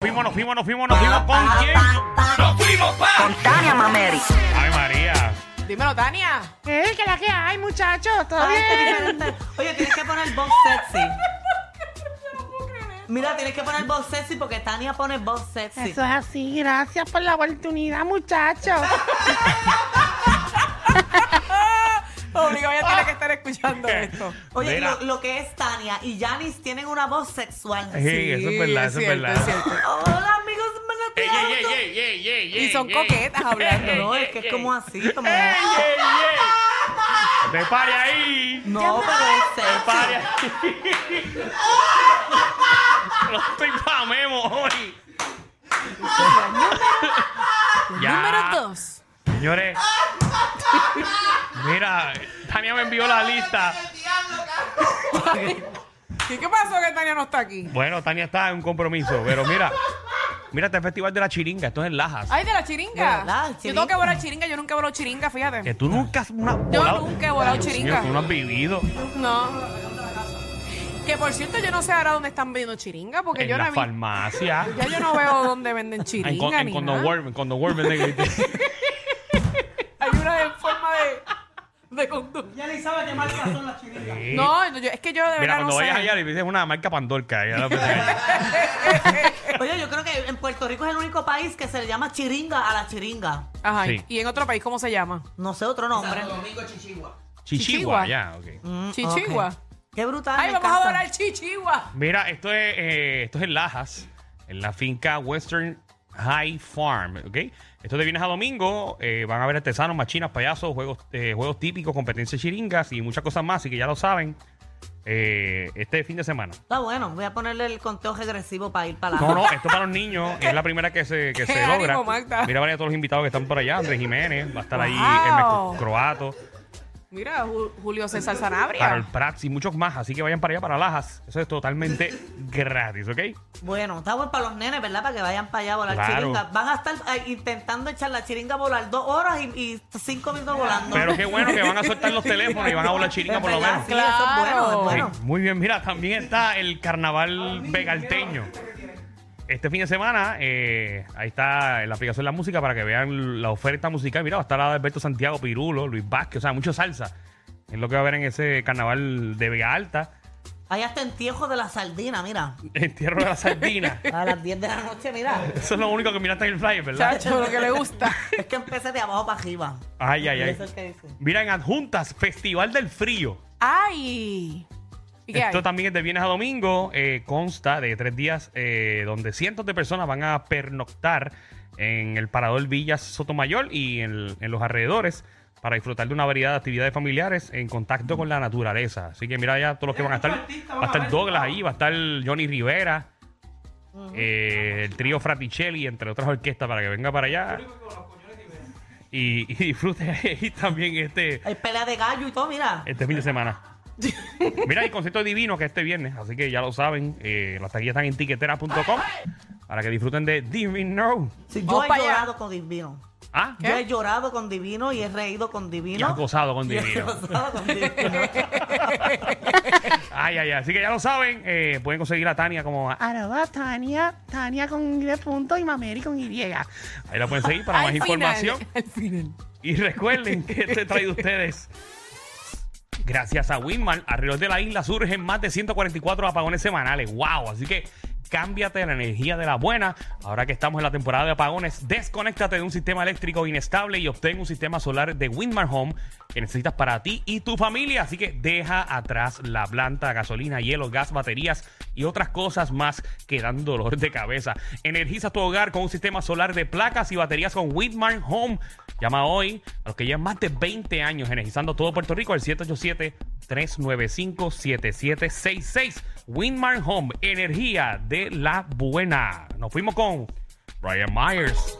Fuimos, nos fuimos, nos fuimos, nos fuimos Ah, con quién? Nos fuimos pa. Tania Mameri. Ay María. Dímelo, Tania. Eh, que la que hay, muchachos. Todo Ay, qué bien. diferente. Oye, tienes que poner voz sexy. Mira, tienes que poner voz sexy porque Tania pone voz sexy. Eso es así. Gracias por la oportunidad, muchachos. Obligado ya tiene que estar escuchando esto. Oye, Mira. lo, lo que es Tania y Yanis tienen una voz sexual. Sí, eso es verdad, eso es cierto, verdad. cierto. Hola, amigos, me Ey, la ey, trato. ey, ey, ey, ey, Y son ey, coquetas hablando, ey, No, ey, es que ey, es como así, como... ey, ey, ey. Te pare ahí. No, pero es Te pare sexy. ahí. No estoy pa' memo hoy. Ya. Número dos. Señores. Mira, Tania me envió la lista. ¿Y qué pasó que Tania no está aquí? Bueno, Tania está en un compromiso, pero mira. Mira este festival de la chiringa, esto es en Lajas. Ay, de la chiringa. De verdad, Yo chiringa. tengo que volar chiringa, yo nunca volo chiringa, Que fíjate. tú nunca has una Yo volado- nunca he volado Dios mío, chiringa. Tú no has vivido. No. Que por cierto, yo no sé ahora dónde están vendiendo chiringa, porque en yo la no vi. farmacia. Ya yo no veo dónde venden chiringa. En, con, en ni Condom nada. World, en Condom World venden grite. Hay una en forma de, de condón. Ya ni sabe qué marca son las chiringas. No, yo- es que yo Mira, de verdad cuando no sé. vayas allá le dices una marca Pandorca. ya lo pensé. Oye, yo creo que en Puerto Rico es el único país que se le llama chiringa a la chiringa. Ajá. Sí. ¿Y en otro país cómo se llama? No sé otro nombre. Chichigua, Chichigua. ya, ok. Mm, Chichigua. ok. Qué brutal. Ay, Ah, me vamos a encanta. volar chichigua. Mira, esto es, eh, esto es en Lajas, en la finca Western High Farm, ¿ok? Esto de viernes a domingo, eh, van a ver artesanos, machinas, payasos, juegos, eh, juegos típicos, competencias chiringas y muchas cosas más, así que ya lo saben, eh, este fin de semana. Está bueno, voy a ponerle el conteo regresivo para ir para la. No, no, esto es para los niños. Es la primera que se, que Qué se ánimo, logra. Magda. Mira, van a todos los invitados que están por allá. Andrés Jiménez, va a estar ahí Wow. Hermes Croato, Mira, Ju- Julio César Sanabria. Harold Prats y muchos más. Así que vayan para allá, para Lajas. Eso es totalmente gratis, ¿ok? Bueno, está bueno para los nenes, ¿verdad? Para que vayan para allá a volar Claro. chiringa. Van a estar eh, intentando echar la chiringa a volar dos horas y, y cinco minutos volando. Pero qué bueno que van a soltar los teléfonos y van a volar chiringa Es por lo menos. verdad, sí, eso es bueno, Claro. es bueno. Sí, muy bien, mira, también está el carnaval vegalteño. Este fin de semana, eh, ahí está la aplicación de la música para que vean la oferta musical. Mira, va a estar Alberto Santiago, Pirulo, Luis Vázquez, o sea, mucho salsa. Es lo que va a haber en ese carnaval de Vega Alta, Ahí hasta entierro de la sardina, mira. entierro de la sardina. A las 10 de la noche, mira. Eso es lo único que miraste en el flyer, ¿verdad? Chacho, lo que le gusta. Es que empecé de abajo para arriba. Ay, ay, ay. Eso es que dice. Mira, en adjuntas, Festival del Frío. Ay. ¿Y qué Esto hay? también es de viernes a domingo. eh, consta de tres días eh, donde cientos de personas van a pernoctar en el Parador Villas Sotomayor y en, en los alrededores para disfrutar de una variedad de actividades familiares en contacto con la naturaleza. Así que mira ya todos los que van a estar. Va a estar Douglas ahí, va a estar Johnny Rivera, eh, el trío Fraticelli, entre otras orquestas, para que venga para allá. Y, y disfrute ahí también este, Hay pelea de gallo y todo, mira. este fin de semana. Mira, el concierto divino que es este viernes, así que ya lo saben. eh, las taquillas están en tiquetera.com para que disfruten de Divino. Sí, yo Vamos he para allá. llorado con Divino. Ah, Yo he llorado con Divino y he reído con y has Divino. gozado con Y he Divino. gozado con Divino. Ay, ay, ay. Así que ya lo saben. eh, pueden conseguir a Tania como. Ahí Arroba Tania, Tania con Y de punto y Mameri con Y. la pueden seguir para Al más final, información. Al final. Y recuerden que este trae de ustedes. Gracias a Winmar, alrededor de la isla surgen más de 144 apagones semanales. ¡Wow! Así que cámbiate la energía de la buena. Ahora que estamos en la temporada de apagones, desconéctate de un sistema eléctrico inestable y obtén un sistema solar de Winmar Home que necesitas para ti y tu familia. Así que deja atrás la planta, gasolina, hielo, gas, baterías y otras cosas más que dan dolor de cabeza. Energiza tu hogar con un sistema solar de placas y baterías con Winmar Home. Llama hoy a los que llevan más de 20 años energizando todo Puerto Rico al 787-395-7766. Winmar Home, energía de la buena. Nos fuimos con Brian Myers.